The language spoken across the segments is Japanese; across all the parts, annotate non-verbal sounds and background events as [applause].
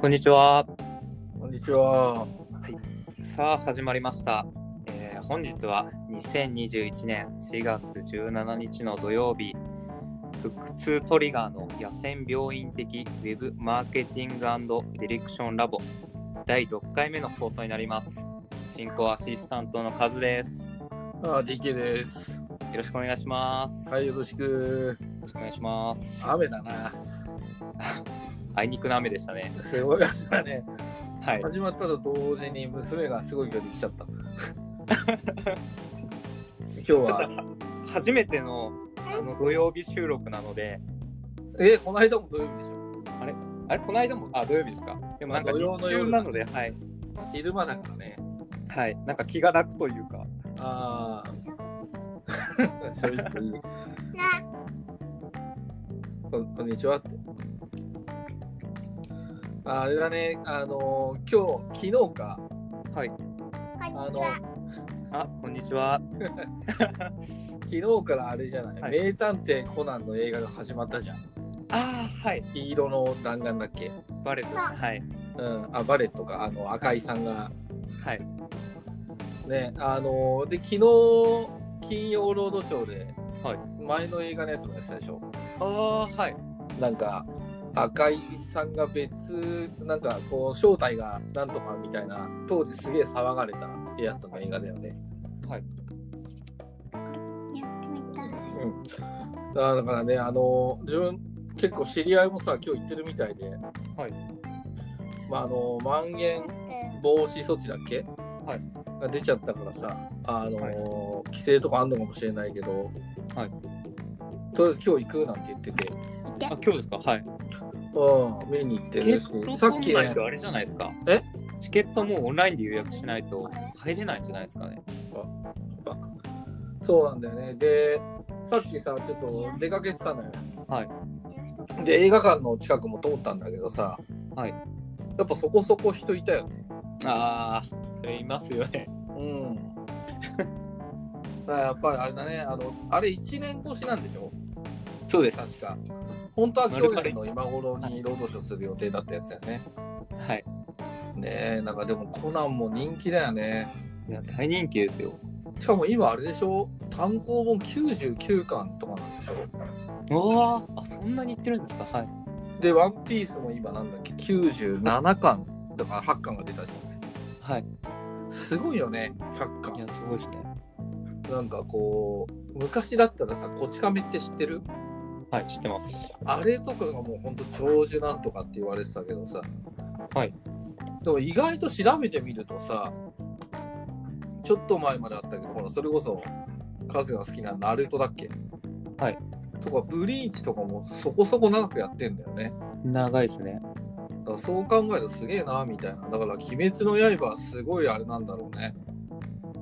こんにちは。こんにちは。さあ、始まりました。えー本日は2021年4月17日の土曜日、腹痛トリガーの野戦病院的ウェブマーケティングディレクションラボ第6回目の放送になります。進行アシスタントのカズです。あ、DK です。よろしくお願いします。はい、よろしく。よろしくお願いします。雨だな。あいにくの雨でしたね。すごい雨だね。はい。始まったと同時に娘がすごい量できちゃった。今日は。 [laughs] 初めてのあの土曜日収録なので、え、この間も土曜日でしょ。あれ、この間も、あ、土曜日ですか。でもなんか土日曜の夜中なので、はい。昼間だからね。はい、なんか気が楽というか、ああ。正直 [laughs] にこんこんにちはって。ああれだね、あのー今日、昨日か、はい、あのあこんにちは、昨日からあれじゃない、はい名探偵コナンの映画が始まったじゃん。あーはい、黄色の弾丸だっけバレてます、はい、うん、あ、バレットか、あの赤井さんが。はい、ね、あの、で、昨日、金曜ロードショーで、はい前の映画のやつもやってたでしょ。あーはい、なんか、赤井さんが別、なんかこう、正体がなんとかみたいな、当時すげえ騒がれたやつの映画だよね。うん。だからね、あの、自分、結構知り合いもさ、今日行ってるみたいで、はい。まあ、あの、まん延防止措置だっけはい。が出ちゃったからさ、あのーはい規制とかあんのかもしれないけど、はい。とりあえず今日行くなんて言ってて、あ今日ですか、はい、うん、見に行ってチケるットし、さっ取きんないね、とあれじゃないですか、えチケットもうオンラインで予約しないと入れないんじゃないですかね、そうなんだよね。で、さっきさ、ちょっと出かけてたのよ。で、映画館の近くも通ったんだけどさ、はい。やっぱそこそこ人いたよね。ああ、それいますよね、うん。 [laughs] だからやっぱりあれだね、あの、あれ1年越しなんでしょそうで確す、か。本当は去年の今頃にロードショーする予定だったやつだよね。はい、ねえ、なんかでもコナンも人気だよね。いや大人気ですよ、しかも今あれでしょ単行本99巻とかなんでしょああ、あそんなにいってるんですか、はい、で、ワンピースも今なんだっけ ?97 巻とか8巻が出たじゃないはい、すごいよね、100い巻。や、すごいですね、なんかこう、昔だったらさ、こち亀って知ってるはい、知ってます、あれとかがもうほんと長寿なんとかって言われてたけどさ。はい。でも意外と調べてみるとさ、ちょっと前まであったけど、ほら、それこそ、カズが好きなナルトだっけはい。とか、ブリーチとかもそこそこ長くやってんだよね。長いですね、だからそう考えるとすげえな、みたいな。だから、鬼滅の刃はすごいあれなんだろうね。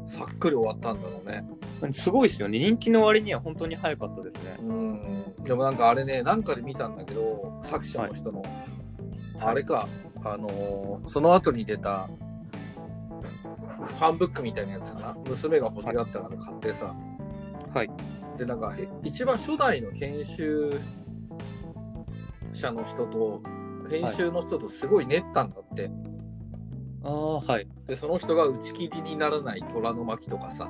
さっくり終わったんだろうね。すごいですよね、人気の割には本当に早かったですね。うん。でもなんかあれね、なんかで見たんだけど、作者の人の、あれか、あのーその後に出た、ファンブックみたいなやつかな。娘が欲しがったから買ってさ。はい。で、なんか、へ一番初代の編集者の人と、編集の人とすごい練ったんだって。ああ、はい。で、その人が打ち切りにならない虎の巻と [laughs] かさ。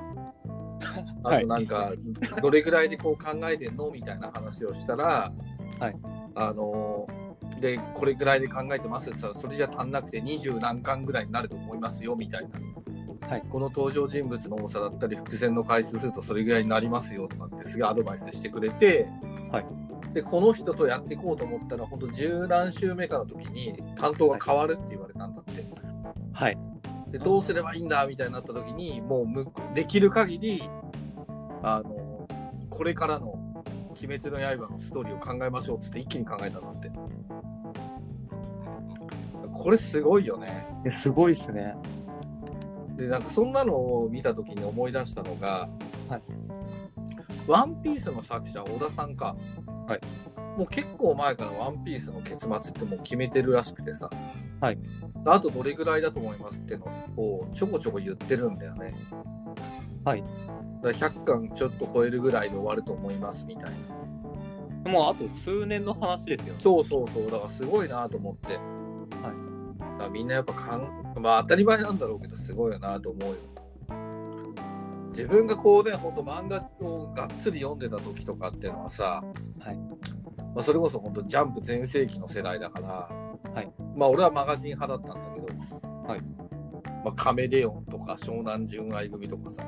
あはいとなんか、どれぐらいでこう考えてんのみたいな話をしたら、はい。あのーで、これぐらいで考えてますって言ったら、それじゃ足んなくて20何巻ぐらいになると思いますよ、みたいな。はいこの登場人物の重さだったり、伏線の回数するとそれぐらいになりますよ、とかってすげえアドバイスしてくれて、はい。で、この人とやっていこうと思ったら、ほんと十何週目かの時に担当が変わるって言われたんだって。はい。でうんどうすればいいんだみたいになった時にもう向こうできる限りあのこれからの「鬼滅の刃」のストーリーを考えましょうっつって一気に考えたんだってこれすごいよねえすごいですね。でなんかそんなのを見た時に思い出したのがはい。 「ワンピースの作者小田さんか、はいもう結構前から「ワンピースの結末ってもう決めてるらしくてさ、はい、あとどれぐらいだと思いますってのをちょこちょこ言ってるんだよねはいだから100巻ちょっと超えるぐらいで終わると思いますみたいなもうあと数年の話ですよね。そうそうそうだからすごいなと思って、はあみんなやっぱかん、まあ、当たり前なんだろうけどすごいよなと思うよ自分がこうねほんと漫画をがっつり読んでた時とかっていうのはさ、はいまあ、それこそ本当ジャンプ全盛期の世代だから、はいまあ俺はマガジン派だったんだけど、はいまあ、カメレオンとか湘南純愛組とかさ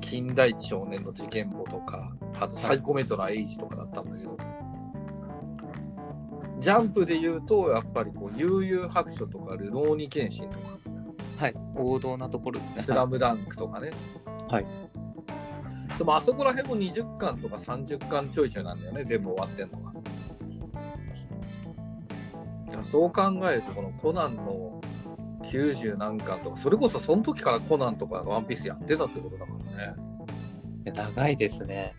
近代一少年の事件簿とかあとサイコメトラエイジとかだったんだけど、ジャンプで言うとやっぱりこう悠々白書とかルノーニケンシンとかはい。王道なところですね。スラムダンクとかね。はい。でもあそこら辺も20巻とか30巻ちょいちょいなんだよね、全部終わってんのが。だからそう考えると、このコナンの90何巻とか、それこそその時からコナンとかワンピースやってたってことだからね。いや長いですね。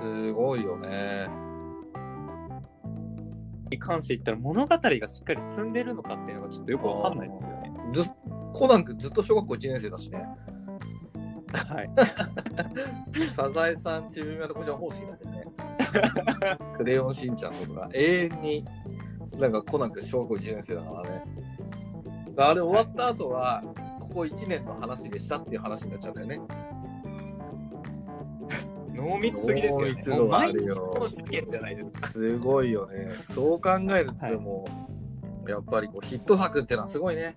すごいよね。に関して言ったら物語がしっかり進んでるのかっていうのがちょっとよくわかんないですよ [laughs] ね。ずコナン君ずっと小学校1年生だしね。はい。サザエさん、ちびまる子ちゃん方式だけどね。クレヨンしんちゃんとか、永遠に、なんかコナン君小学校1年生だからね。だからあれ終わった後は、ここ1年の話でしたっていう話になっちゃうんだよね。濃密すぎですよね。濃密度があるよもう毎日の事件じゃないですか。すごいよね。そう考えると、でも、やっぱりこうヒット作ってのはすごいね。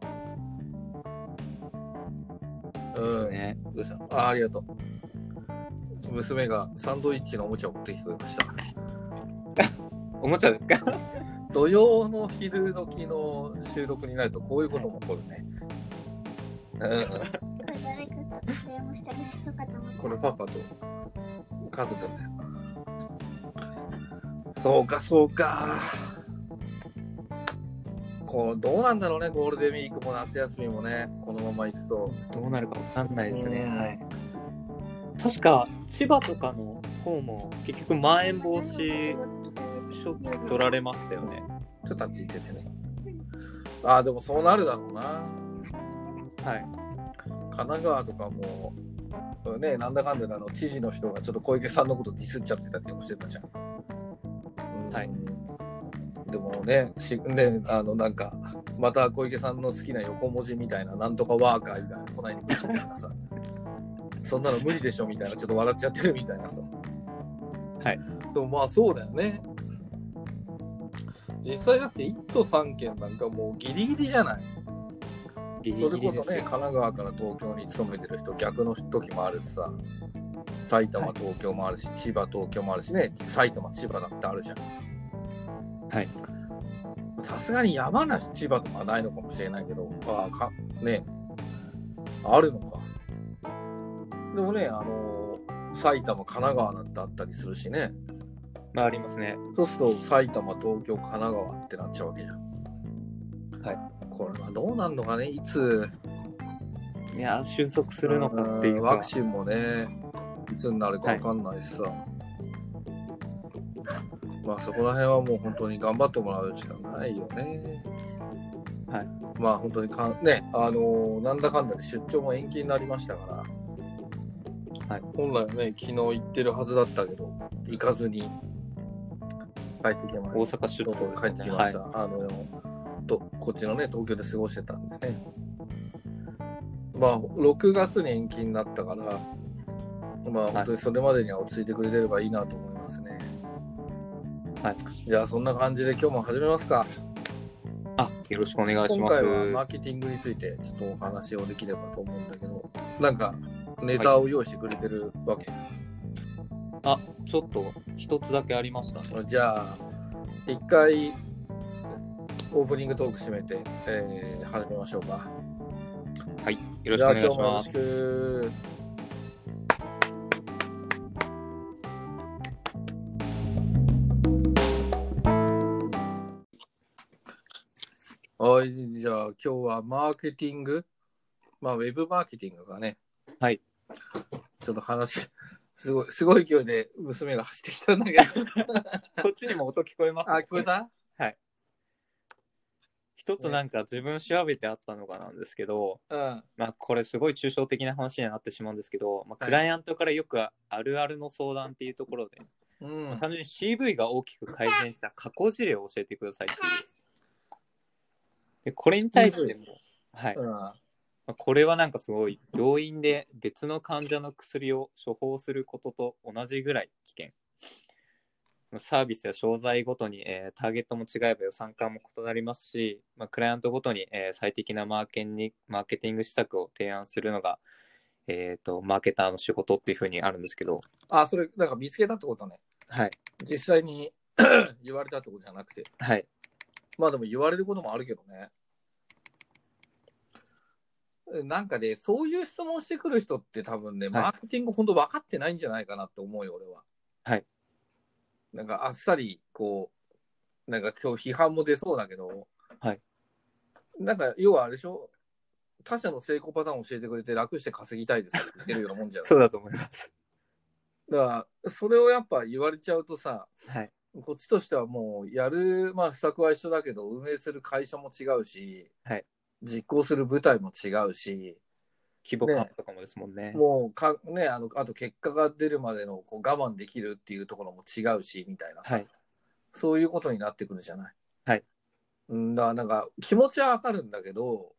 うん。ね。どうしたあありがとう。娘がサンドイッチのおもちゃを持ってきてくれました。おもちゃですか土曜の昼時の収録になるとこういうことも起こるね。う誰かと電話したりしとかと思っん、たこれパパと家族だよ。そうかそうか。こうどうなんだろうねゴールデンウィークも夏休みもねこのまま行くと。 [laughs] どうなるかわかんないですね。うんはい。確か、千葉とかの方も結局、まん延防止処置取られましたよね。ちょっとあっち行っててね。ああでもそうなるだろうな。はい。神奈川とかも。ね、なんだかんだであの知事の人がちょっと小池さんのことディスっちゃってたりもしてたじゃん。うんはいでもねし [laughs] ねあのなんかまた小池さんの好きな横文字みたいななんとかワーカーが来ないでくれみたいなさ [laughs] そんなの無理でしょみたいなちょっと笑っちゃってるみたいなさはいでもまあそうだよね実際だって1都3県なんかもうギリギリじゃないギリそギれリこでそすよね神奈川から東京に勤めてる人逆の時もあるしさ埼玉東京もあるし、千葉東京もあるしね埼玉千葉だってあるじゃんはいさすがに山梨千葉とかはないのかもしれないけどああかねあるのかでもねあの埼玉神奈川だってあったりするしねまあ、ありますね。そうすると埼玉東京神奈川ってなっちゃうわけじゃんはいこれはどうなんのかねいついや、収束するのかっていんうワかク。チンもねいつになるかわかんないしさ、 [laughs] まあそこら辺はもう本当に頑張ってもらうしかないよねはいまあ本当にかんねあのーなんだかんだで出張も延期になりましたから、はい本来はね昨日行ってるはずだったけど行かずに帰ってきま大し阪出張ですた帰ねってきましはた、あのとこっちのね東京で過ごしてたんでねまあ、6月に延期になったから、まあ、い本当にそれまでには落ち着いてくれてればいいなと思いますね。はい。じゃあ、そんな感じで今日も始めますか。い。あ、よろしくお願いし今ます回。はマーケティングについてちょっとお話をできればと思うんだけど、なんかネタを用意してくれてるわけ。ちょっと、一つだけありましたね。じゃあ、一回オープニングトーク締めて、えー始めましょうか。はい。よろしくお願いしじゃあ今日もよろましす。く。はい、じゃあ今日はマーケティング、まあウェブマーケティングがね、はい。ちょっと話、 [laughs] すごい、すごい勢いで娘が走ってきたんだけど、 [laughs] こっちにも音聞こえます。あ、聞こえた一つなんか自分調べてあったのがなんですけど、うん。まあこれすごい抽象的な話になってしまうんですけど、まあ、はいクライアントからよくあるあるの相談っていうところで、うん。単純に CV が大きく改善した過去事例を教えてくださいっていう。でこれに対しても、はい、うん。まあこれはなんかすごい病院で別の患者の薬を処方することと同じぐらい危険まあサービスや商材ごとに、えーターゲットも違えば予算感も異なりますし、まあ、クライアントごとに、えー最適なマーケンにマーケティング施策を提案するのが、えー、とマーケターの仕事っていうふうにあるんですけど、あ、それ、なんか見つけたってことね。はい実際に [coughs] 言われたってことじゃなくて。はい、まあでも言われることもあるけどね。なんかね、そういう質問してくる人って多分ね、マーケティング本当分かってないんじゃないかなって思うよ、俺は。はい。なんかあっさり、こう、なんか今日批判も出そうだけど、はい。なんか要はあれでしょ他社の成功パターンを教えてくれて楽して稼ぎたいですって言ってるようなもんじゃな [laughs] いそうだと思います。だから、それをやっぱ言われちゃうとさ、はい、こっちとしてはもうやる、まあ、施策は一緒だけど運営する会社も違うし、はい実行する部隊も違うし規模感とかもですもんね。もうか、ね、あのあと結果が出るまでのこう我慢できるっていうところも違うしみたいなさ、はい、そういうことになってくるじゃない。はい、うんだからなんか気持ちはわかるんだけど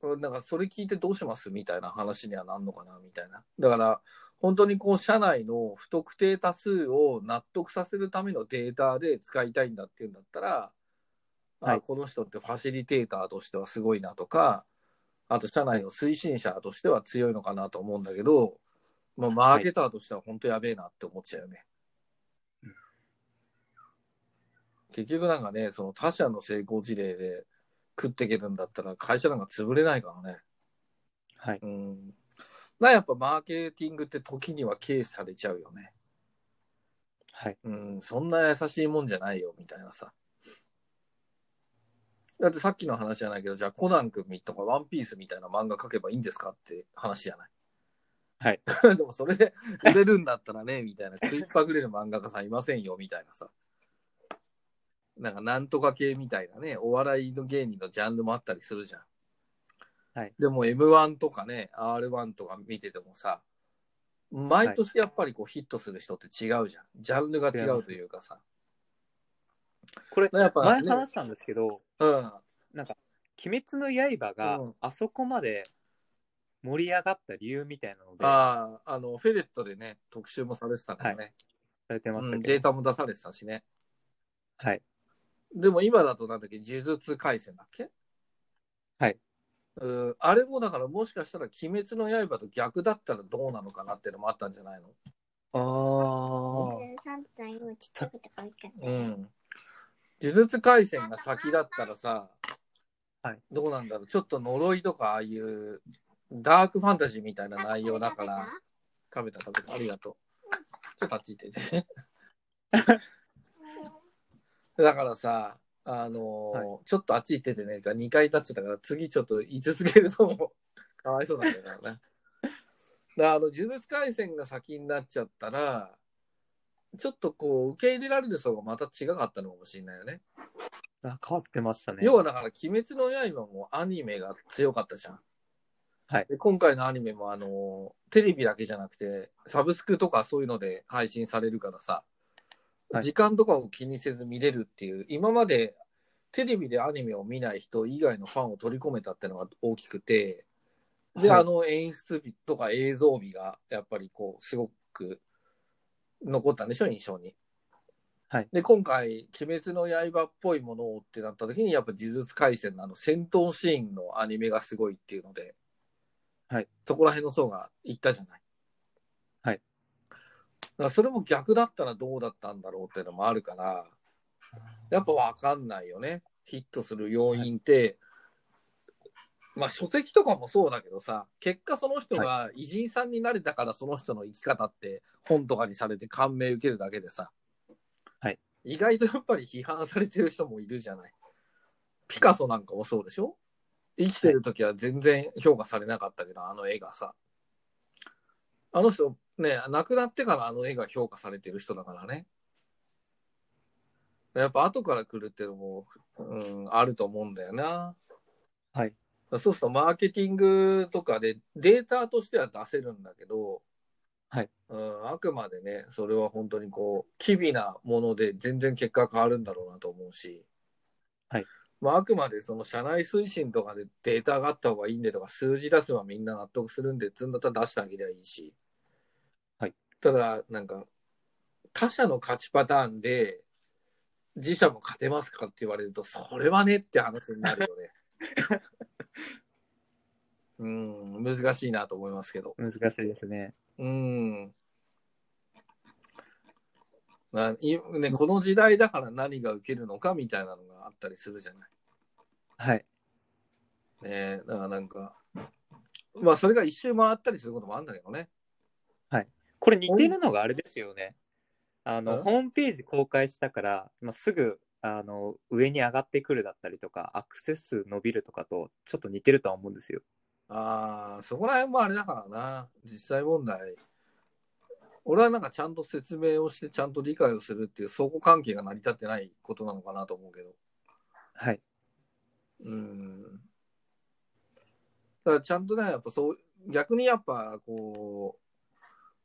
うんなんかそれ聞いてどうしますみたいな話にはなんのかなみたいな。だから本当にこう社内の不特定多数を納得させるためのデータで使いたいんだっていうんだったら、はあいこの人ってファシリテーターとしてはすごいなとかあと社内の推進者としては強いのかなと思うんだけど、まあ、マーケターとしては本当やべえなって思っちゃうよね。うん結局なんかねその他社の成功事例で食っていけるんだったら会社なんか潰れないからね。はい、うん。なやっぱマーケティングって時には軽視されちゃうよね。はい、うん、そんな優しいもんじゃないよみたいなさ。だってさっきの話じゃないけど、じゃあコナン君とかワンピースみたいな漫画描けばいいんですかって話じゃない。はい。 [laughs] でもそれで売れるんだったらね、みたいな、食いっぱぐれる漫画家さんいませんよみたいなさ。なんかなんとか系みたいなね、お笑いの芸人のジャンルもあったりするじゃん。でも M1 とかね、R1 とか見ててもさ、毎年やっぱりこうヒットする人って違うじゃん。ジャンルが違うというかさ。これやっぱ前ね話したんですけど、うん。鬼滅の刃がうんあそこまで盛り上がった理由みたいなので、さああ、あの、フェレットでね、特集もされてたからね、れてましうたんけデーど、タも出されてたしね。はい、でも今だとなんだっけ、呪術廻戦だっけはい。うん、あれもだからもしかしたら鬼滅の刃と逆だったらどうなのかなっていうのもあったんじゃないのあうーん、サンタさん今ちっちゃくて可愛いから。うん。呪術廻戦が先だったらさ、はいどうなんだろう、ちょっと呪いとか、ああいうダークファンタジーみたいな内容だから、食べた食べた、ありがとう。ちょっとあっち行ってて。だからさ、あのーはちょっとあっち行っててね、2回経っちゃったから、次ちょっと居続けるとも [laughs] う、かわいそうなんだよな。だからあの、呪術廻戦が先になっちゃったら、ちょっとこう、受け入れられる層がまた違かったのかもしれないよね。あ変わってましたね。要はだから、鬼滅の刃もアニメが強かったじゃん。はいで今回のアニメも、あの、テレビだけじゃなくて、サブスクとかそういうので配信されるからさ、はい時間とかを気にせず見れるっていう、今までテレビでアニメを見ない人以外のファンを取り込めたってのが大きくて、で、はいあの演出美とか映像美が、やっぱりこう、すごく残ったんでしょ、印象に。はいで、今回、鬼滅の刃っぽいものをってなった時に、やっぱ呪術廻戦のあの戦闘シーンのアニメがすごいっていうので、はい。そこら辺の層がいったじゃない。はい。だからそれも逆だったらどうだったんだろうっていうのもあるから、やっぱわかんないよね。ヒットする要因って、まあ書籍とかもそうだけどさ、結果その人が偉人さんになれたからその人の生き方って本とかにされて感銘受けるだけでさ、はい意外とやっぱり批判されてる人もいるじゃない。ピカソなんかもそうでしょ生きてる時は全然評価されなかったけど、あの絵がさ。あの人、ね、亡くなってからあの絵が評価されてる人だからね。やっぱ後から来るっていうのも、うん、あると思うんだよな。はい。そうすると、マーケティングとかでデータとしては出せるんだけど、はい。うん、あくまでね、それは本当にこう、機微なもので全然結果変わるんだろうなと思うし、はい。まあ、あくまでその社内推進とかでデータがあった方がいいんでとか、数字出せばみんな納得するんで、ずんだったら出してあげりゃいいし。はい。ただ、なんか、他社の勝ちパターンで、自社も勝てますかって言われると、それはねって話になるよね。うん、難しいなと思いますけど。難しいですね。うん。ないね、この時代だから何が受けるのかみたいなのがあったりするじゃない。はい。ねだからなんか、まあそれが一周回ったりすることもあるんだけどね。これ似てるのがあれですよね。あの、んホームページ公開したから、まあ、すぐ、あの、上に上がってくるだったりとか、アクセス数伸びるとかと、ちょっと似てるとは思うんですよ。ああ、そこら辺もあれだからな、実際問題。俺はなんかちゃんと説明をして、ちゃんと理解をするっていう相互関係が成り立ってないことなのかなと思うけど。はい。うん。だからちゃんとね、やっぱそう、逆にやっぱこう、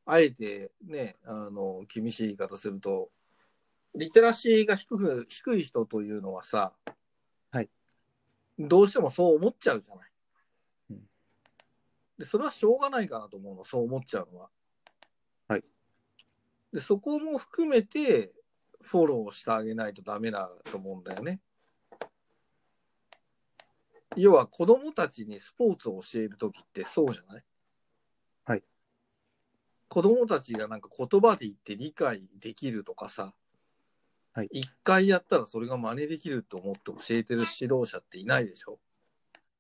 あえてね、あの、厳しい言い方すると、リテラシーが低く、低い人というのはさ、はい。どうしてもそう思っちゃうじゃないうん。で、それはしょうがないかなと思うの、そう思っちゃうのは。はい。で、そこも含めて、フォローしてあげないとダメだと思うんだよね。要は子供たちにスポーツを教えるときってそうじゃないはい。子供たちがなんか言葉で言って理解できるとかさ、はい一回やったらそれが真似できると思って教えてる指導者っていないでしょ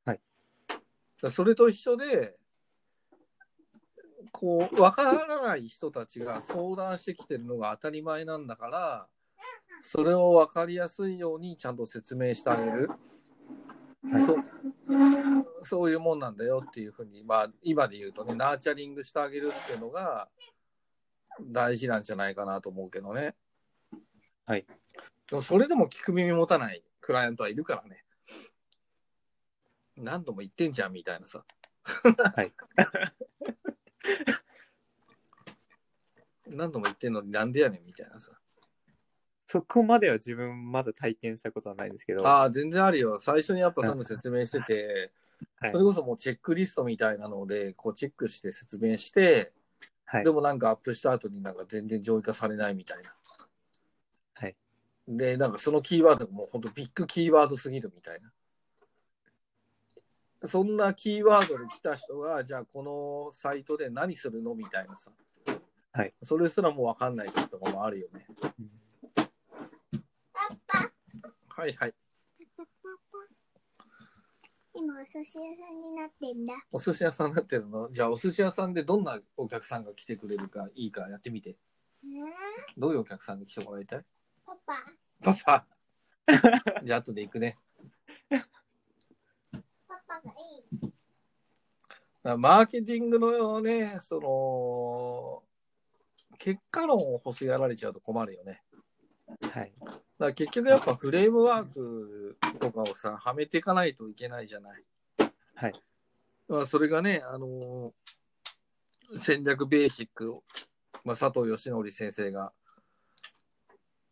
はい。だからそれと一緒で、こう、わからない人たちが相談してきてるのが当たり前なんだから、それをわかりやすいようにちゃんと説明してあげる。はいそそういうもんなんだよっていうふうに、まあ、今で言うとね、ナーチャリングしてあげるっていうのが大事なんじゃないかなと思うけどね。はい。でもそれでも聞く耳持たないクライアントはいるからね。何度も言ってんじゃんみたいなさ。い [laughs] 何度も言ってんのになんでやねんみたいなさ。そこまでは自分まだ体験したことはないんですけど、ああ、全然あるよ。最初にやっぱそういうの説明してて、 [laughs] はいそれこそもうチェックリストみたいなので、こうチェックして説明して、はいでもなんかアップした後になんか全然上位化されないみたいな。はい。で、なんかそのキーワードがもうほんとビッグキーワードすぎるみたいな。そんなキーワードで来た人が、じゃあこのサイトで何するのみたいなさ。はい。それすらもうわかんない時とかもあるよね。はいはい。今お寿司屋さんになってんだ。お寿司屋さんになってるのじゃあお寿司屋さんでどんなお客さんが来てくれるかいいかやってみて。うんどういうお客さんに来てもらいたいパパ。パパじゃあ後で行くね。パパがいい。マーケティングのようね、その、結果論を欲しがられちゃうと困るよね。はい。だから結局やっぱフレームワークとかをさ、はめていかないといけないじゃない。はい。まあ、それがね、あのー戦略ベーシックを、まあ、佐藤義則先生が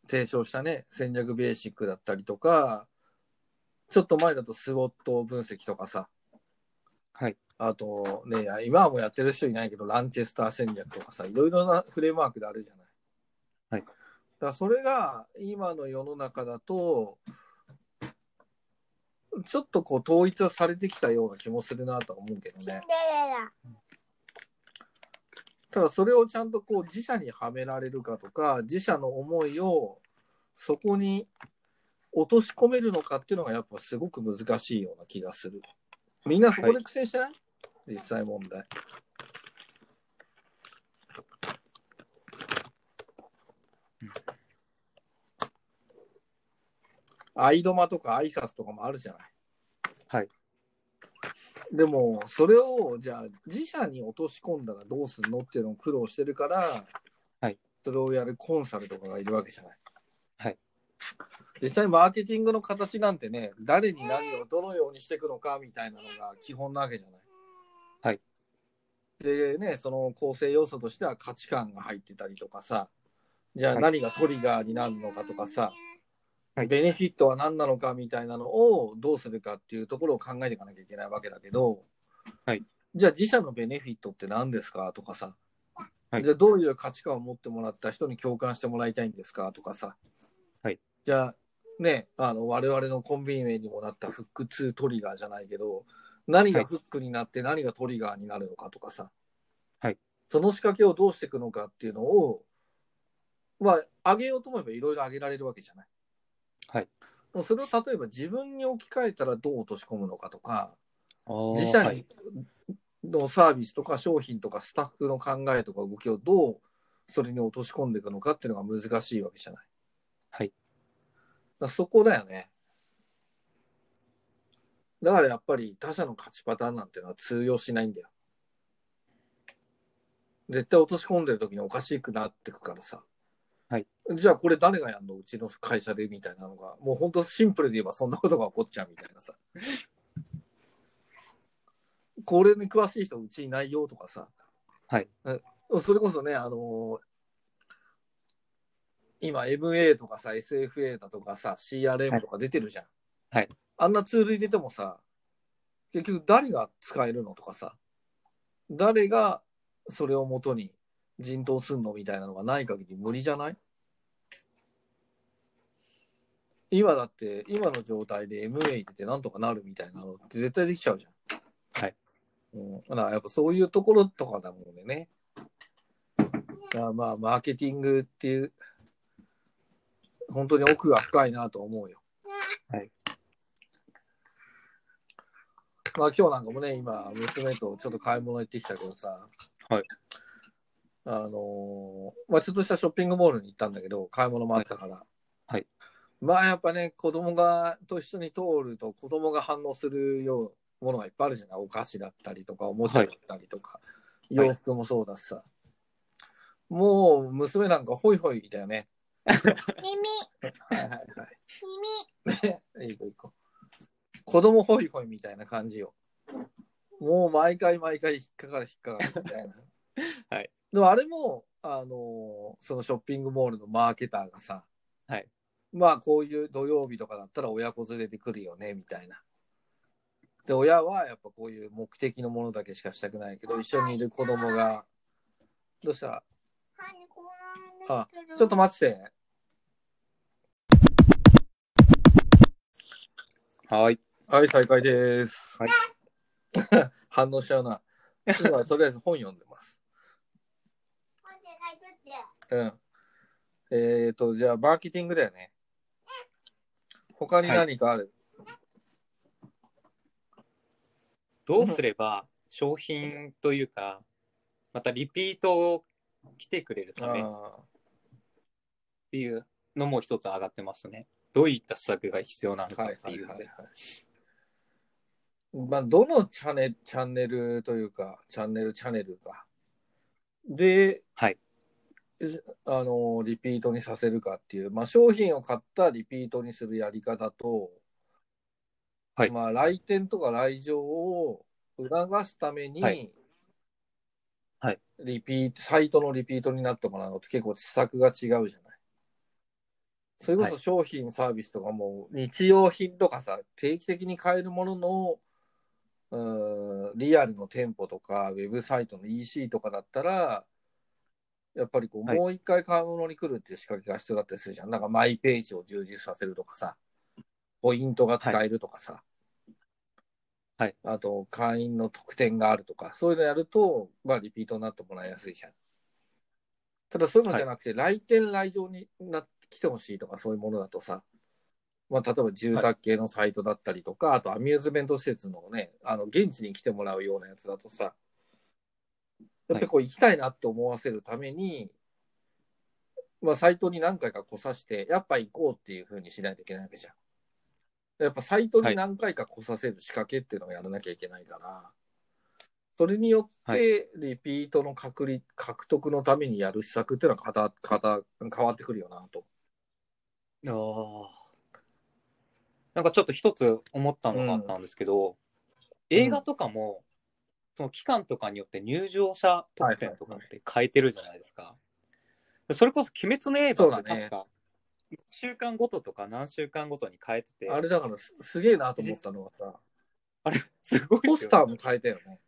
提唱したね、戦略ベーシックだったりとか、ちょっと前だとスウォット分析とかさ、はい。あとね、今はもうやってる人いないけど、ランチェスター戦略とかさ、いろいろなフレームワークであるじゃない。はいだからそれが今の世の中だと、ちょっとこう統一はされてきたような気もするなとは思うけどシンデレね。ラ。ただそれをちゃんとこう自社にはめられるかとか、自社の思いをそこに落とし込めるのかっていうのがやっぱすごく難しいような気がする。みんなそこで苦戦してない、実際問題。アイドマとか挨拶とかもあるじゃない。はい。でも、それを、じゃあ、自社に落とし込んだらどうするのっていうのを苦労してるから、はい。それをやるコンサルとかがいるわけじゃない。はい。実際、マーケティングの形なんてね、誰に何をどのようにしていくのかみたいなのが基本なわけじゃない。はい。でね、その構成要素としては価値観が入ってたりとかさ、じゃあはい何がトリガーになるのかとかさ、はいベネフィットは何なのかみたいなのをどうするかっていうところを考えていかなきゃいけないわけだけど、はいじゃあ自社のベネフィットって何ですかとかさ、はいじゃあどういう価値観を持ってもらった人に共感してもらいたいんですかとかさ、はいじゃあね、あの我々のコンビニ名にもなったフック2トリガーじゃないけど、何がフックになって何がトリガーになるのかとかさ、はいその仕掛けをどうしていくのかっていうのを、まあ、上げようと思えばいろいろ上げられるわけじゃない。はい。もうそれを例えば自分に置き換えたらどう落とし込むのかとか、あー自社はにいのサービスとか商品とかスタッフの考えとか動きをどうそれに落とし込んでいくのかっていうのが難しいわけじゃない。はいだからそこだよね。だからやっぱり他社の勝ちパターンなんていうのは通用しないんだよ。絶対落とし込んでる時におかしくなってくからさ。はい。じゃあこれ誰がやるのうちの会社でみたいなのが、もう本当シンプルで言えばそんなことが起こっちゃうみたいなさ。これに詳しい人うちいないよとかさ。はいえ。それこそね、あの今 MA とかさ、SFA だとかさ、CRM とか出てるじゃん。はい。あんなツール入れてもさ、結局誰が使えるのとかさ、誰がそれをもとに浸透すんのみたいなのがない限り無理じゃない今だって、今の状態で MA 行ってなんとかなるみたいなのって絶対できちゃうじゃん。うん、だからやっぱそういうところとかだもんでね。だからまあ、マーケティングっていう、本当に奥が深いなと思うよ。はい。まあ今日なんかもね、今、娘とちょっと買い物行ってきたけどさ、はい。あのーまあちょっとしたショッピングモールに行ったんだけど、買い物もあったから。はいまあやっぱね、子供が、と一緒に通ると子供が反応するようものがいっぱいあるじゃないお菓子だったりとか、おもちゃだったりとか、はい洋服もそうだしさ。もう、娘なんかホイホイだよね。耳、はいはい [laughs] 耳。はい。いい子いい子。子供ホイホイみたいな感じよ。もう毎回毎回引っかかる引っかかるみたいな。 [laughs] はい。でもあれも、あのーそのショッピングモールのマーケターがさ、はい。まあこういう土曜日とかだったら親子連れで来るよね、みたいな。で、親はやっぱこういう目的のものだけしかしたくないけど、一緒にいる子供が、どうした歯にこうなあんですけどちょっと待ってて。はいはい、再開です。はい [laughs] 反応しちゃうな。今はとりあえず本読んでます。待って書いとってうん。えっ、ー、と、じゃあ、マーケティングだよね。他に何かある、どうすれば商品というかまたリピートを来てくれるためっあていうのも一つ上がってますねどういった施策が必要なのあ、かはいっはていいうのはい、ではい。まあ、どのチャンネチャンネルというか、チャンネル、チャンネルか。で、はいあの、リピートにさせるかっていう、まあ、商品を買ったリピートにするやり方と、はいまあ、来店とか来場を促すために、はいはいリピート、サイトのリピートになってもらうのって結構施策が違うじゃない。それこはそい商品、サービスとかも日用品とかさ、定期的に買えるものの、うーんリアルの店舗とか、ウェブサイトの EC とかだったら、やっぱりこう、はいもう一回買い物に来るっていう仕掛けが必要だったりするじゃん。なんかマイページを充実させるとかさ、ポイントが使えるとかさ、はいあと会員の特典があるとか、そういうのやると、まあリピートになってもらいやすいじゃん。ただそういうのじゃなくて、来店来場になって来てほしいとかそういうものだとさ、まあ、例えば住宅系のサイトだったりとか、あとアミューズメント施設のね、あの現地に来てもらうようなやつだとさ、やっぱりこう行きたいなって思わせるために、まあ、サイトに何回か来さして、やっぱ行こうっていうふうにしないといけないわけじゃん。やっぱサイトに何回か来させる仕掛けっていうのをやらなきゃいけないから、それによっはてリピートの確率、獲得のためにやる施策っていうのはかたかた変わってくるよなと。あーなんかちょっと一つ思ったのがあったんですけど、映画とかも、その期間とかによって入場者特典とかって変えてるじゃないですか。それこそ、鬼滅の刃ってそうだ確ねか1週間ごととか何週間ごとに変えてて、あれだからすすげえなと思ったのはさ、あれすごいポスーターも変えたよね。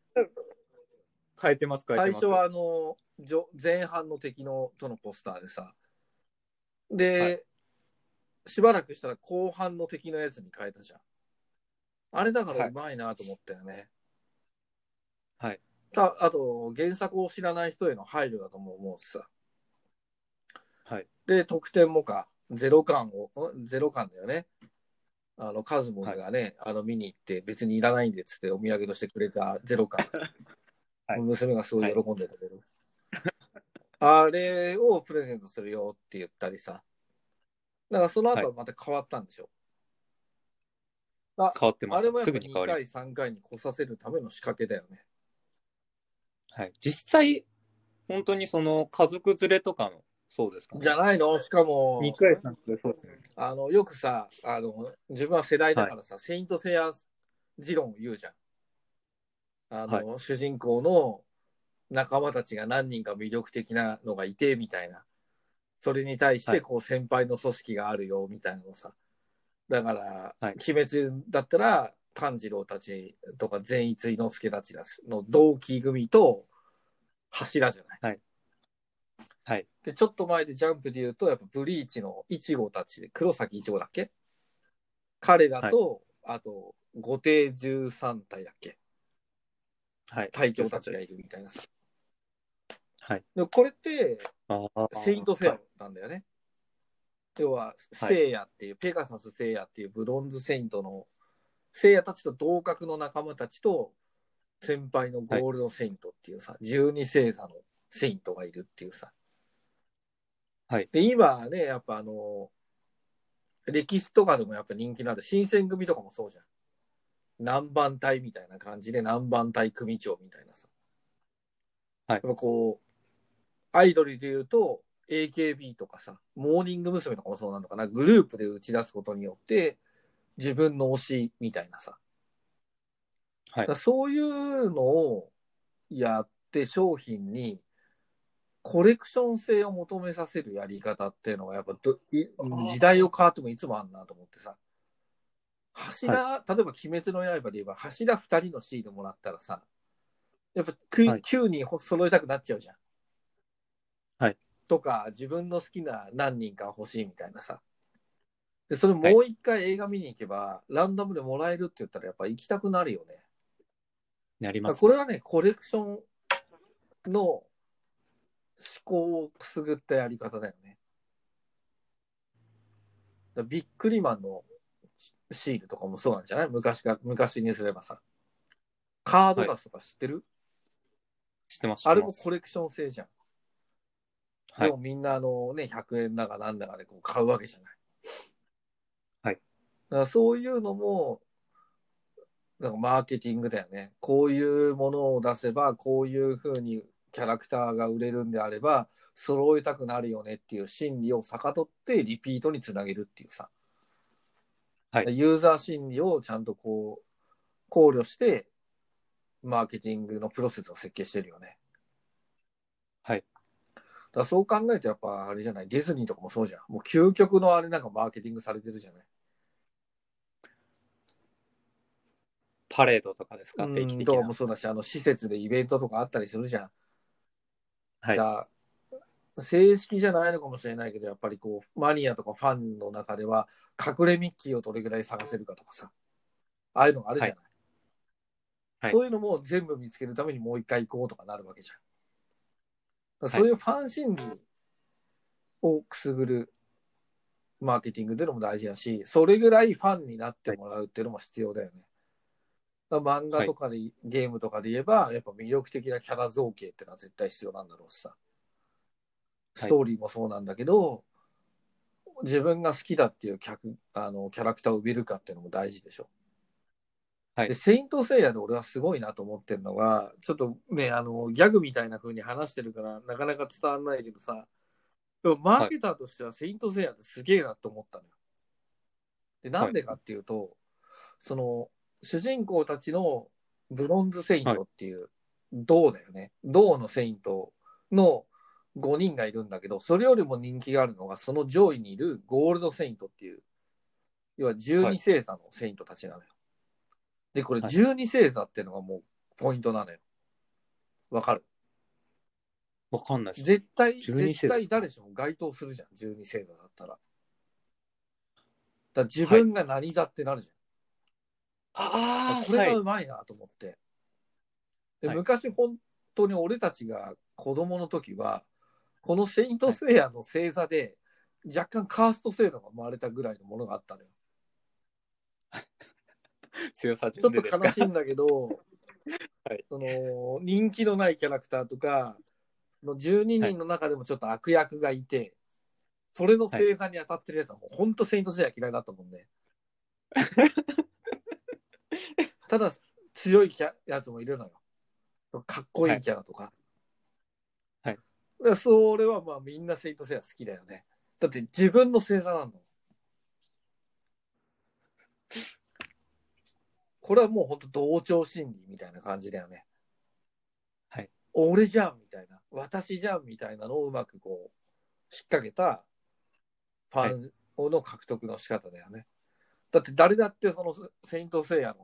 変えてます、変えて最ます。初はあのじょ前半の敵のとのポスターでさで、はしばらくしたら後半の敵のやつに変えたじゃんあれだからはいうまいなと思ったよねはいたあと原作を知らない人への配慮だとも思うしさはいで得点もかゼロ感をんゼロ感だよねあのカズモがね、あの見に行って別にいらないんでっつってお土産としてくれたゼロ感、はい娘がすごい喜んでたけど、あれをプレゼントするよって言ったりさだからその後はまた変わったんでしょ、変わってまあれもす。やっすぱぐに変わ2りま回3回に来させるための仕掛けだよねす。はい、実際、本当にその家族連れとかの、そうですかじね。ゃないのしかも2回3回、そうですね。あのよくさあの自分は世代だからさ、セイント・セイヤ理論を言うじゃんあの、主人公の仲間たちが何人か魅力的なのがいてみたいなそれに対しはていこう先輩の組織があるよみたいなのさだから、はい鬼滅だったら炭治郎たちとか善逸伊之助たちですの同期組と柱じゃない。はいはいでちょっと前でジャンプで言うとやっぱブリーチのイチゴたちで黒崎イチゴだっけ彼らと、あと後手13体だっけはい。隊長たちがいるみたいなさ。はい。でもこれってあーセイントセイヤなんだよね。要は、セイヤっていう、ペガサスセイヤっていうブロンズセイントの、セイヤたちと同格の仲間たちと、先輩のゴールドセイントっていうさ、12星座のセイントがいるっていうさ。はいで、今ね、やっぱあの、歴史とかでもやっぱ人気のある新選組とかもそうじゃん。南蛮隊みたいな感じで、南蛮隊組長みたいなさ。はいやっぱこう、アイドルで言うと、AKB とかさ、モーニング娘。とかもそうなのかな、グループで打ち出すことによって、自分の推しみたいなさ。はいだからそういうのをやって商品にコレクション性を求めさせるやり方っていうのはやっぱどい時代を変わってもいつもあんなと思ってさ。柱、例えば鬼滅の刃で言えば柱2人のシールもらったらさ、やっぱはい 9, 9人ほ揃えたくなっちゃうじゃん。はい。とか、自分の好きな何人か欲しいみたいなさ。で、それもう一回映画見に行けば、ランダムでもらえるって言ったらやっぱ行きたくなるよね。なります、これはね、コレクションの思考をくすぐったやり方だよね。だからビックリマンのシールとかもそうなんじゃない昔か昔にすればさ。カードガスとか知ってる、知ってます。あれも知ってコレクション性じゃん。はいでもみんなあのね、100円だかなんだかでこう買うわけじゃない。はい。だからそういうのも、なんかマーケティングだよね。こういうものを出せば、こういうふうにキャラクターが売れるんであれば、揃えたくなるよねっていう心理を逆取ってリピートにつなげるっていうさ。はいユーザー心理をちゃんとこう、考慮して、マーケティングのプロセスを設計してるよね。はい。だからそう考えるとやっぱあれじゃない、ディズニーとかもそうじゃん。もう究極のあれなんかマーケティングされてるじゃない。ますパレードとかですか、定期うん、的とかなも。そうだし、あの施設でイベントとかあったりするじゃん。はいだから正式じゃないのかもしれないけど、やっぱりこう、マニアとかファンの中では、隠れミッキーをどれぐらい探せるかとかさ、ああいうのがあるじゃない。はいそういうのも全部見つけるためにもう一回行こうとかなるわけじゃん。だかはいらそういうファン心理をくすぐるマーケティングっていうのも大事だし、それぐらいファンになってもらうっていうのも必要だよね。だから漫画とかで、ゲームとかで言えば、やっぱ魅力的なキャラ造形っていうのは絶対必要なんだろうしさ。ストーリーもそうなんだけど、自分が好きだっていう客あのキャラクターを埋めるかっていうのも大事でしょ。はいで、セイントセイヤで俺はすごいなと思ってるのが、ちょっとね、あの、ギャグみたいな風に話してるから、なかなか伝わんないけどさ、でもマーケターとしてはセイントセイヤってすげえなと思ったのよ。で、なんでかっていうと、その、主人公たちのブロンズセイントっていう、銅だよね。銅のセイントの5人がいるんだけど、それよりも人気があるのが、その上位にいるゴールドセイントっていう、要はは12い星座のセイントたちなのよ。で、これはい12星座っていうのがもうポイントなのよ。わかるわかんないです。絶対、 12星座絶対誰しも該当するじゃん、12星座だったら。だから自分が何座ってなるじゃん。あああ、これはいが。うまいなと思って。ではい昔本当に俺たちが子供の時は、このセイントセイヤの星座で、若干カースト制度が生まれたぐらいのものがあったのよ。強さちょ順っででとす悲かしいんだけど、 [laughs] はいその人気のないキャラクターとか、の12人の中でもちょっと悪役がいて、それの星座に当たってるやつはもう本当セイントセイヤ嫌いだったも [laughs] んね。ただ強いキャやつもいるのよ。かっこいいキャラとか。はいはいだからそれはまあみんなセイントセイヤ好きだよね。だって自分の星座なの。これはもう本当同調心理みたいな感じだよね。はい。俺じゃんみたいな、私じゃんみたいなのをうまくこう、引っ掛けたファンの獲得の仕方だよね。だって誰だってそのセイントセイヤ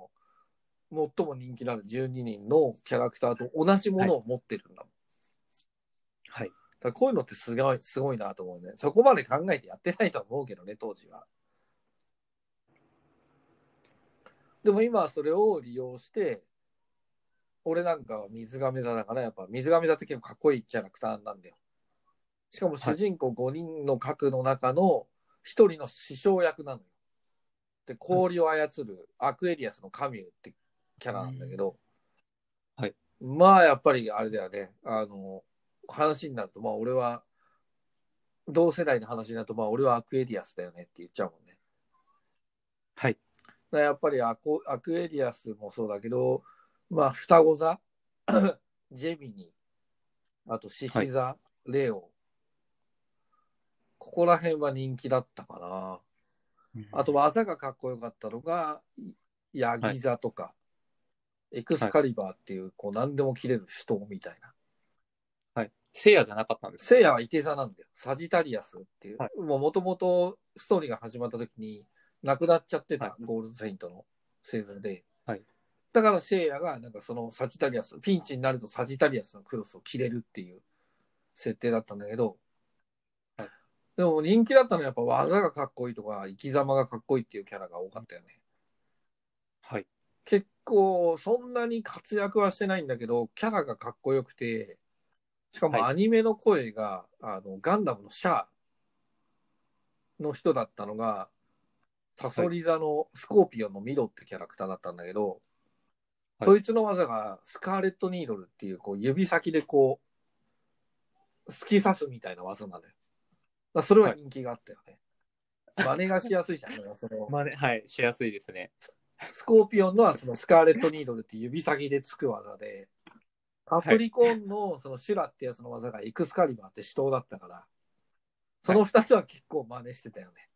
の最も人気のある12人のキャラクターと同じものを持ってるんだもん。はい。だからこういうのってすごい、すごいなと思うね。そこまで考えてやってないとは思うけどね、当時は。でも今はそれを利用して、俺なんかは水亀座だから、やっぱ水亀座って結構かっこいいキャラクターなんだよ。しかも主人公5人の核の中の1人の師匠役なのよ。で、氷を操るアクエリアスの神ってキャラなんだけど、うんはい。まあやっぱりあれだよね、あの、話になると、まあ俺は、同世代の話になると、まあ俺はアクエリアスだよねって言っちゃうもんね。はい。だからやっぱりアコアクエリアスもそうだけど、まあ双子座、 [clears throat] ジェミニ、あと獅子座、レオ。ここら辺は人気だったかな。あと技がかっこよかったのが、ヤギ座とか、エクスカリバーっていう、こう何でも切れる死闘みたいな。はい。聖夜じゃなかったんですか聖夜は伊手座なんだよ。サジタリアスっていう。はもう元々ストーリーが始まった時に亡くなっちゃってた、はいゴールドセイントの星座で。はいだから聖夜がなんかそのサジタリアス、ピンチになるとサジタリアスのクロスを切れるっていう設定だったんだけど、はいでも人気だったのはやっぱ技がかっこいいとか生き様がかっこいいっていうキャラが多かったよね。はい。結構そんなに活躍はしてないんだけど、キャラがかっこよくて、しかもはアニメの声が、あの、ガンダムのシャアの人だったのが、サソリ座のスコーピオンのミロってキャラクターだったんだけど、はいそいつの技がスカーレットニードルっていう、こう指先でこう、突き刺すみたいな技なんだよ。まあ、それは人気があったよね。真似がしやすいじゃん、その。まあね、はい、しやすいですね。スコーピオンのはそのスカーレットニードルって指先でつく技で、カプリコーンのそのシュラってやつの技がエクスカリバーって手刀だったから、その二つは結構真似してたよね。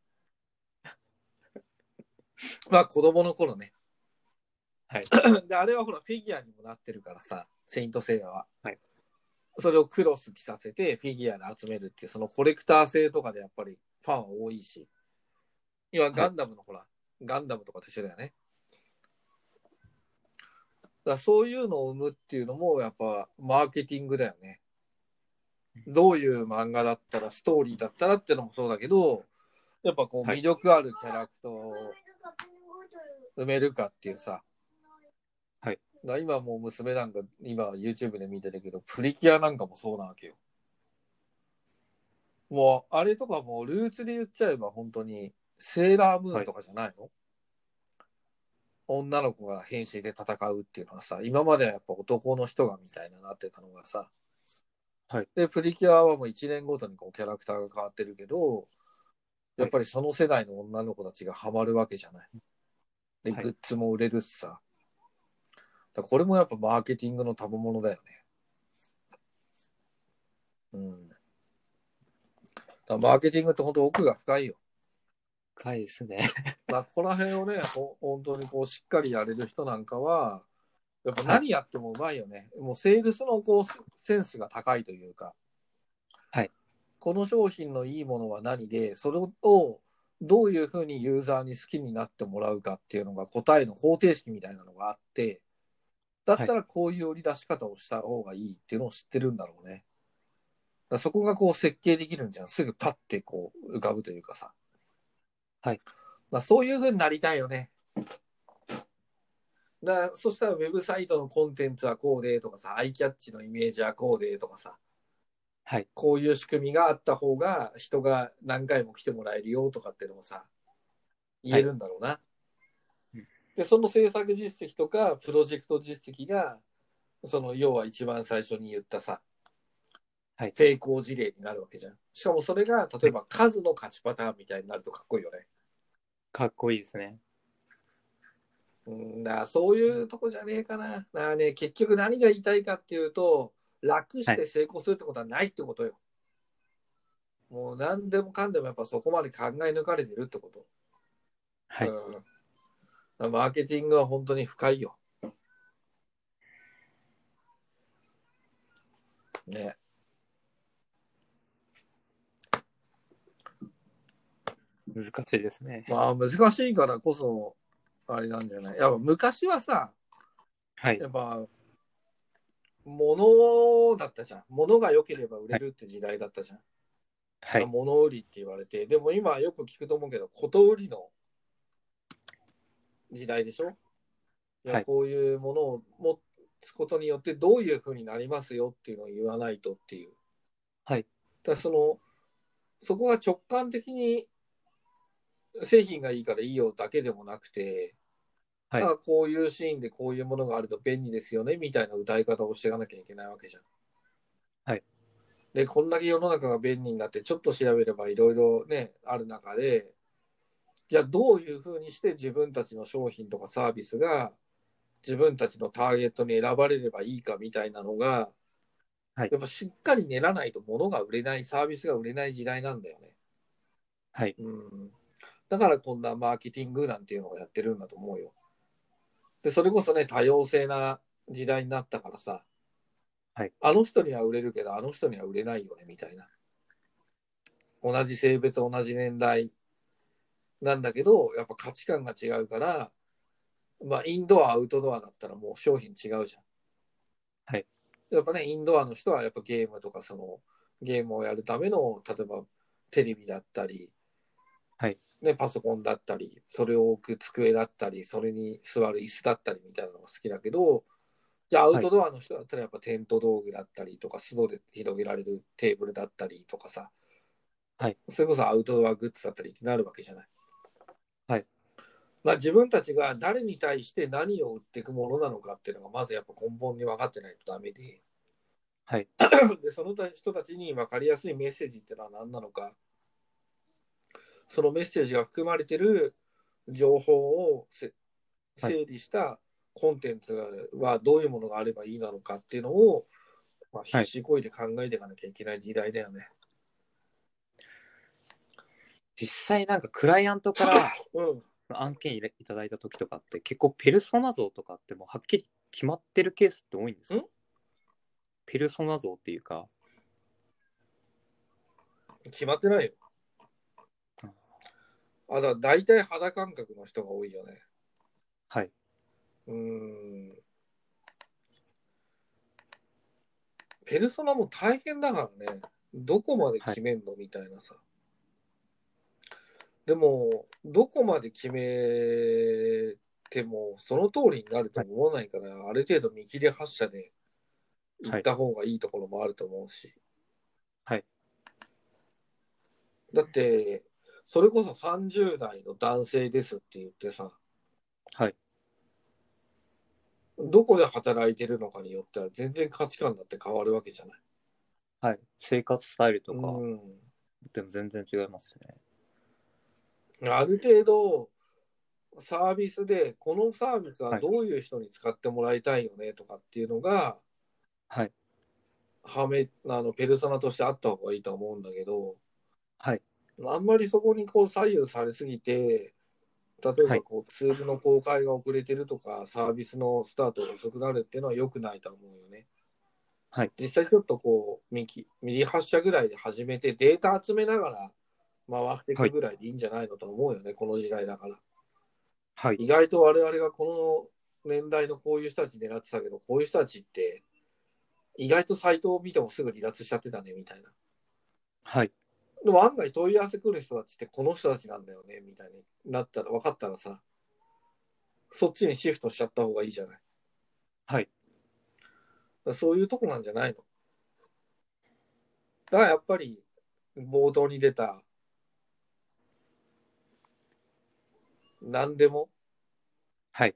まあ子供の頃ね。はい。 [laughs] で、あれはほらフィギュアにもなってるからさ、セイントセイヤは。はいそれをクロス着させてフィギュアで集めるっていう、そのコレクター性とかでやっぱりファンは多いし。今ガンダムのほら、ガンダムとかと一緒だよね。だからそういうのを生むっていうのもやっぱマーケティングだよね。どういう漫画だったら、ストーリーだったらっていうのもそうだけど、やっぱこうはい魅力あるキャラクターを埋めるかっていうさ。はい。だから今もう娘なんか、今 YouTube で見てるけど、プリキュアなんかもそうなわけよ。もう、あれとかもうルーツで言っちゃえば本当に、セーラームーンとかじゃないの、女の子が変身で戦うっていうのはさ、今まではやっぱ男の人がみたいななってたのがさ、はい。で、プリキュアはもう1年ごとにこうキャラクターが変わってるけど、やっぱりその世代の女の子たちがハマるわけじゃない。で、はいグッズも売れるしさ。だからこれもやっぱマーケティングの賜物だよね。うん。だからマーケティングって本当奥が深いよ。深いですね。まあ、ここら辺をね、ほ本当にこう、しっかりやれる人なんかは、やっぱ何やってもうまいよね。もうセールスのこう、センスが高いというか、はいこの商品のいいものは何で、それをどういうふうにユーザーに好きになってもらうかっていうのが答えの方程式みたいなのがあって、だったらこういう売り出し方をした方がいいっていうのを知ってるんだろうね。だからそこがこう設計できるんじゃん。すぐパッてこう浮かぶというかさ。はい。まあそういうふうになりたいよね。だそしたらウェブサイトのコンテンツはこうでとかさ、アイキャッチのイメージはこうでとかさ、はいこういう仕組みがあった方が人が何回も来てもらえるよとかってのもさ、言えるんだろうな。うんで、その制作実績とかプロジェクト実績が、その要は一番最初に言ったさ、はい成功事例になるわけじゃん。しかもそれが例えば数の勝ちパターンみたいになるとかっこいいよね。かっこいいですね。うんだからそういうとこじゃねえかな。だからね、結局何が言いたいかっていうと、楽して成功するってことはないってことよ。もう何でもかんでもやっぱそこまで考え抜かれてるってこと。はい。うんだからマーケティングは本当に深いよ。ね。難しいですね。まあ難しいからこそ、あれなんじゃないやっぱ昔はさ、はい。やっぱ、物だったじゃん。物が良ければ売れるって時代だったじゃん。はい。物売りって言われて、でも今よく聞くと思うけど、こと売りの時代でしょ、いやはいこういうものを持つことによってどういうふうになりますよっていうのを言わないとっていう。はいだからその、そこが直感的に製品がいいからいいよだけでもなくて、はいだからこういうシーンでこういうものがあると便利ですよねみたいな歌い方をしていかなきゃいけないわけじゃん。で、こんだけ世の中が便利になって、ちょっと調べればいろいろね、ある中で、じゃあどういうふうにして自分たちの商品とかサービスが自分たちのターゲットに選ばれればいいかみたいなのが、はいやっぱしっかり練らないと物が売れない、サービスが売れない時代なんだよね。はい。うん。だからこんなマーケティングなんていうのをやってるんだと思うよ。で、それこそね、多様性な時代になったからさ、はいあの人には売れるけど、あの人には売れないよね、みたいな。同じ性別、同じ年代なんだけど、やっぱ価値観が違うから、まあ、インドア、アウトドアだったらもう商品違うじゃん。はい。やっぱね、インドアの人はやっぱゲームとか、その、ゲームをやるための、例えばテレビだったり、はい。ね、パソコンだったり、それを置く机だったり、それに座る椅子だったりみたいなのが好きだけど、じゃあアウトドアの人だったらやっぱテント道具だったりとか、素で広げられるテーブルだったりとかさ、はい。それこそアウトドアグッズだったりってなるわけじゃない。はい。まあ自分たちが誰に対して何を売っていくものなのかっていうのが、まずやっぱ根本に分かってないとダメで。はい。 [coughs] でその人たちに分かりやすいメッセージってのは何なのかそのメッセージが含まれてる情報をせはい整理したコンテンツはどういうものがあればいいなのかっていうのを、まあ、必死こいで考えていかなきゃいけない時代だよね。実際なんかクライアントからうん、案件入れいただいた時とかって結構ペルソナ像とかってもうはっきり決まってるケースって多いんですかんペルソナ像っていうか、決まってないよ。あとは大体肌感覚の人が多いよね。はい。うーん。ペルソナも大変だからね。どこまで決めんの、みたいなさ。でも、どこまで決めても、その通りになると思わないから、ある程度見切り発車で行った方がいいところもあると思うし。はい。だって、それこそ30代の男性ですって言ってさ、はい。どこで働いてるのかによっては全然価値観だって変わるわけじゃない。はい。生活スタイルとか、うん、でも全然違いますね。ある程度サービスでこのサービスはどういう人に使ってもらいたいよねとかっていうのが、はい。はめあのペルソナとしてあった方がいいと思うんだけど、はい。あんまりそこにこう左右されすぎて、例えばこうツールの公開が遅れてるとか、サービスのスタートが遅くなるっていうのは良くないと思うよね。はい実際ちょっとこう右右発射ぐらいで始めてデータ集めながら回していくぐらいでいいんじゃないのと思うよね、この時代だから。はい。意外と我々がこの年代のこういう人たち狙ってたけど、こういう人たちって、意外とサイトを見てもすぐ離脱しちゃってたねみたいな。はい。でも案外問い合わせ来る人たちってこの人たちなんだよねみたいになったら分かったらさ、そっちにシフトしちゃった方がいいじゃない。はい。そういうとこなんじゃないのだからやっぱり冒頭に出た何でも、はい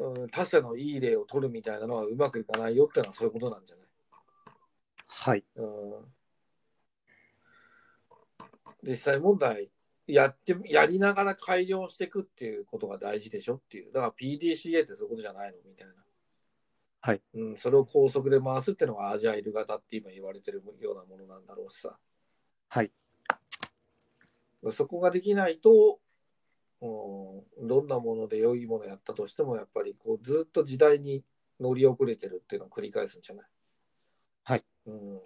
うん、他者のいい例を取るみたいなのはうまくいかないよってのはそういうことなんじゃないはい。うん実際問題やってやりながら改良していくっていうことが大事でしょっていうだから PDCA ってそういうことじゃないのみたいな、はいうん、それを高速で回すっていうのがアジャイル型って今言われてるようなものなんだろうしさはいそこができないと、うん、どんなもので良いものやったとしてもやっぱりこうずっと時代に乗り遅れてるっていうのを繰り返すんじゃないはい、うん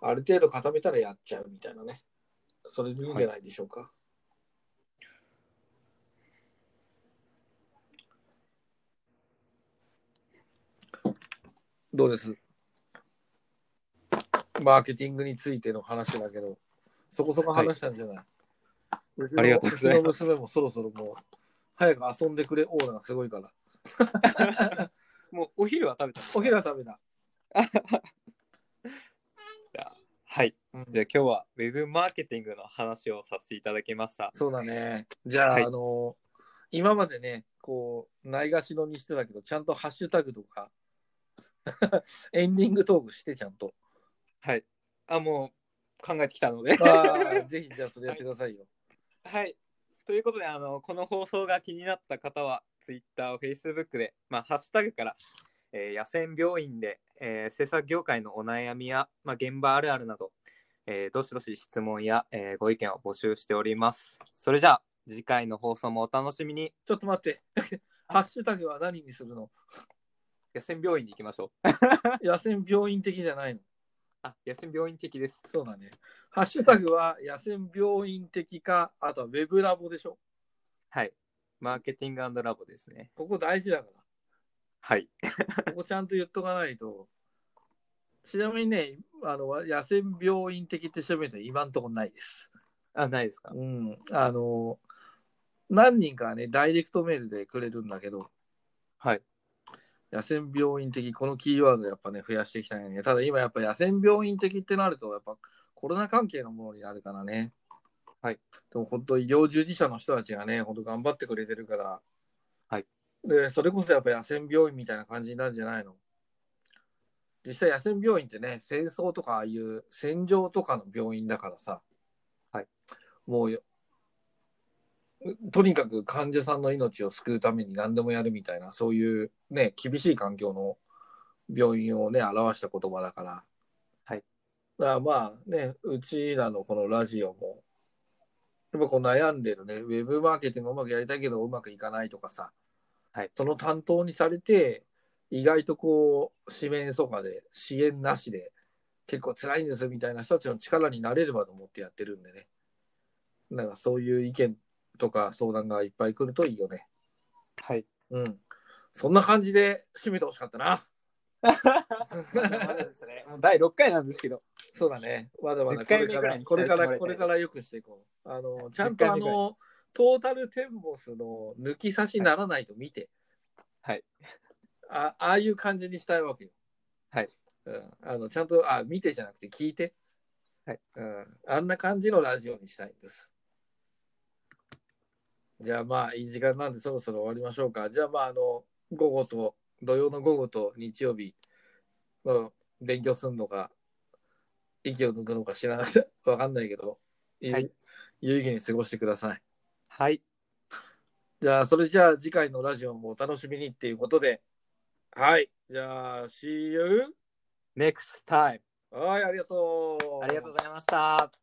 ある程度固めたらやっちゃうみたいなね。それでいいんじゃないでしょうか。どうですマーケティングについての話だけど、そこそこ話したんじゃない、うちのありがとうございますうちの娘もそろそろもう、早く遊んでくれオーラがすごいから。もうお昼は食べたんですかお昼は食べた。はい。うんじゃあ今日はウェブマーケティングの話をさせていただきました。そうだね。じゃあ、はいあの、今までね、こう、ないがしろにしてたけど、ちゃんとハッシュタグとか、 [laughs] エンディングトークして、ちゃんと。はい。あ、もう考えてきたので。ああ、 [laughs] ぜひ、じゃあ、それやってくださいよ。はい。ということで、あの、この放送が気になった方は、Twitter、Facebook で、まあ、ハッシュタグから、えー野戦病院で、えー制作業界のお悩みや、まあ、現場あるあるなど、えーどしどし質問や、えーご意見を募集しております。それじゃあ、次回の放送もお楽しみに、ちょっと待って。 [laughs] ハッシュタグは何にするの野戦病院に行きましょう。野戦病院的じゃないのあ、野戦病院的です。そうだね。ハッシュタグは野戦病院的か、あとはウェブラボでしょはい。マーケティングラボですね。ここ大事だかはい。ら。ここちゃんと言っとかないと。ちなみにね、あの野戦病院的って調べるの今んとこないです。あ、ないですか。うん、あの、何人かはね、ダイレクトメールでくれるんだけど、はい。野戦病院的、このキーワードやっぱね、増やしていきたいね。ただ今やっぱ野戦病院的ってなると、やっぱコロナ関係のものになるからね。はい。でも本当医療従事者の人たちがね、本当頑張ってくれてるから、はい。で、それこそやっぱ野戦病院みたいな感じになるんじゃないの実際野戦病院ってね、戦争とかああいう戦場とかの病院だからさ、はい。もうよとにかく患者さんの命を救うために何でもやるみたいな、そういうね、厳しい環境の病院をね、表した言葉だから。はい。だからまあね、うちらのこのラジオも、やっぱこう悩んでるね、ウェブマーケティングをうまくやりたいけどうまくいかないとかさ、はいその担当にされて、意外とこう、四面楚歌で、支援なしで、結構辛いんですみたいな人たちの力になれればと思ってやってるんでね。なんかそういう意見とか相談がいっぱい来るといいよね。 [laughs] はい。うん。そんな感じで締めてほしかったな。ですね。もう第6回なんですけど。そうだね。まだまだ10こ回れ目かぐらいら、にこれか期待してもらいたいら、これからよくしていこう。あの、ちゃん10とあ回目ぐらいの、トータルテンボスの抜き差しならないと見て、はい。あああいう感じにしたいわけよ。はい。うん、あのちゃんと、あ、見てじゃなくて聞いて。はい。うん。あんな感じのラジオにしたいんです。じゃあまあ、いい時間なんでそろそろ終わりましょうか。じゃあまあ、あの、午後と、土曜の午後と日曜日、うん、勉強するのか、息を抜くのか知らない、 [laughs] わかんないけど、有はい有意義に過ごしてください。はい。じゃあ、それじゃあ次回のラジオもお楽しみにっていうことで、はい。じゃあ、See you! NEXT TIME! はい、ありがとう。ありがとうございました。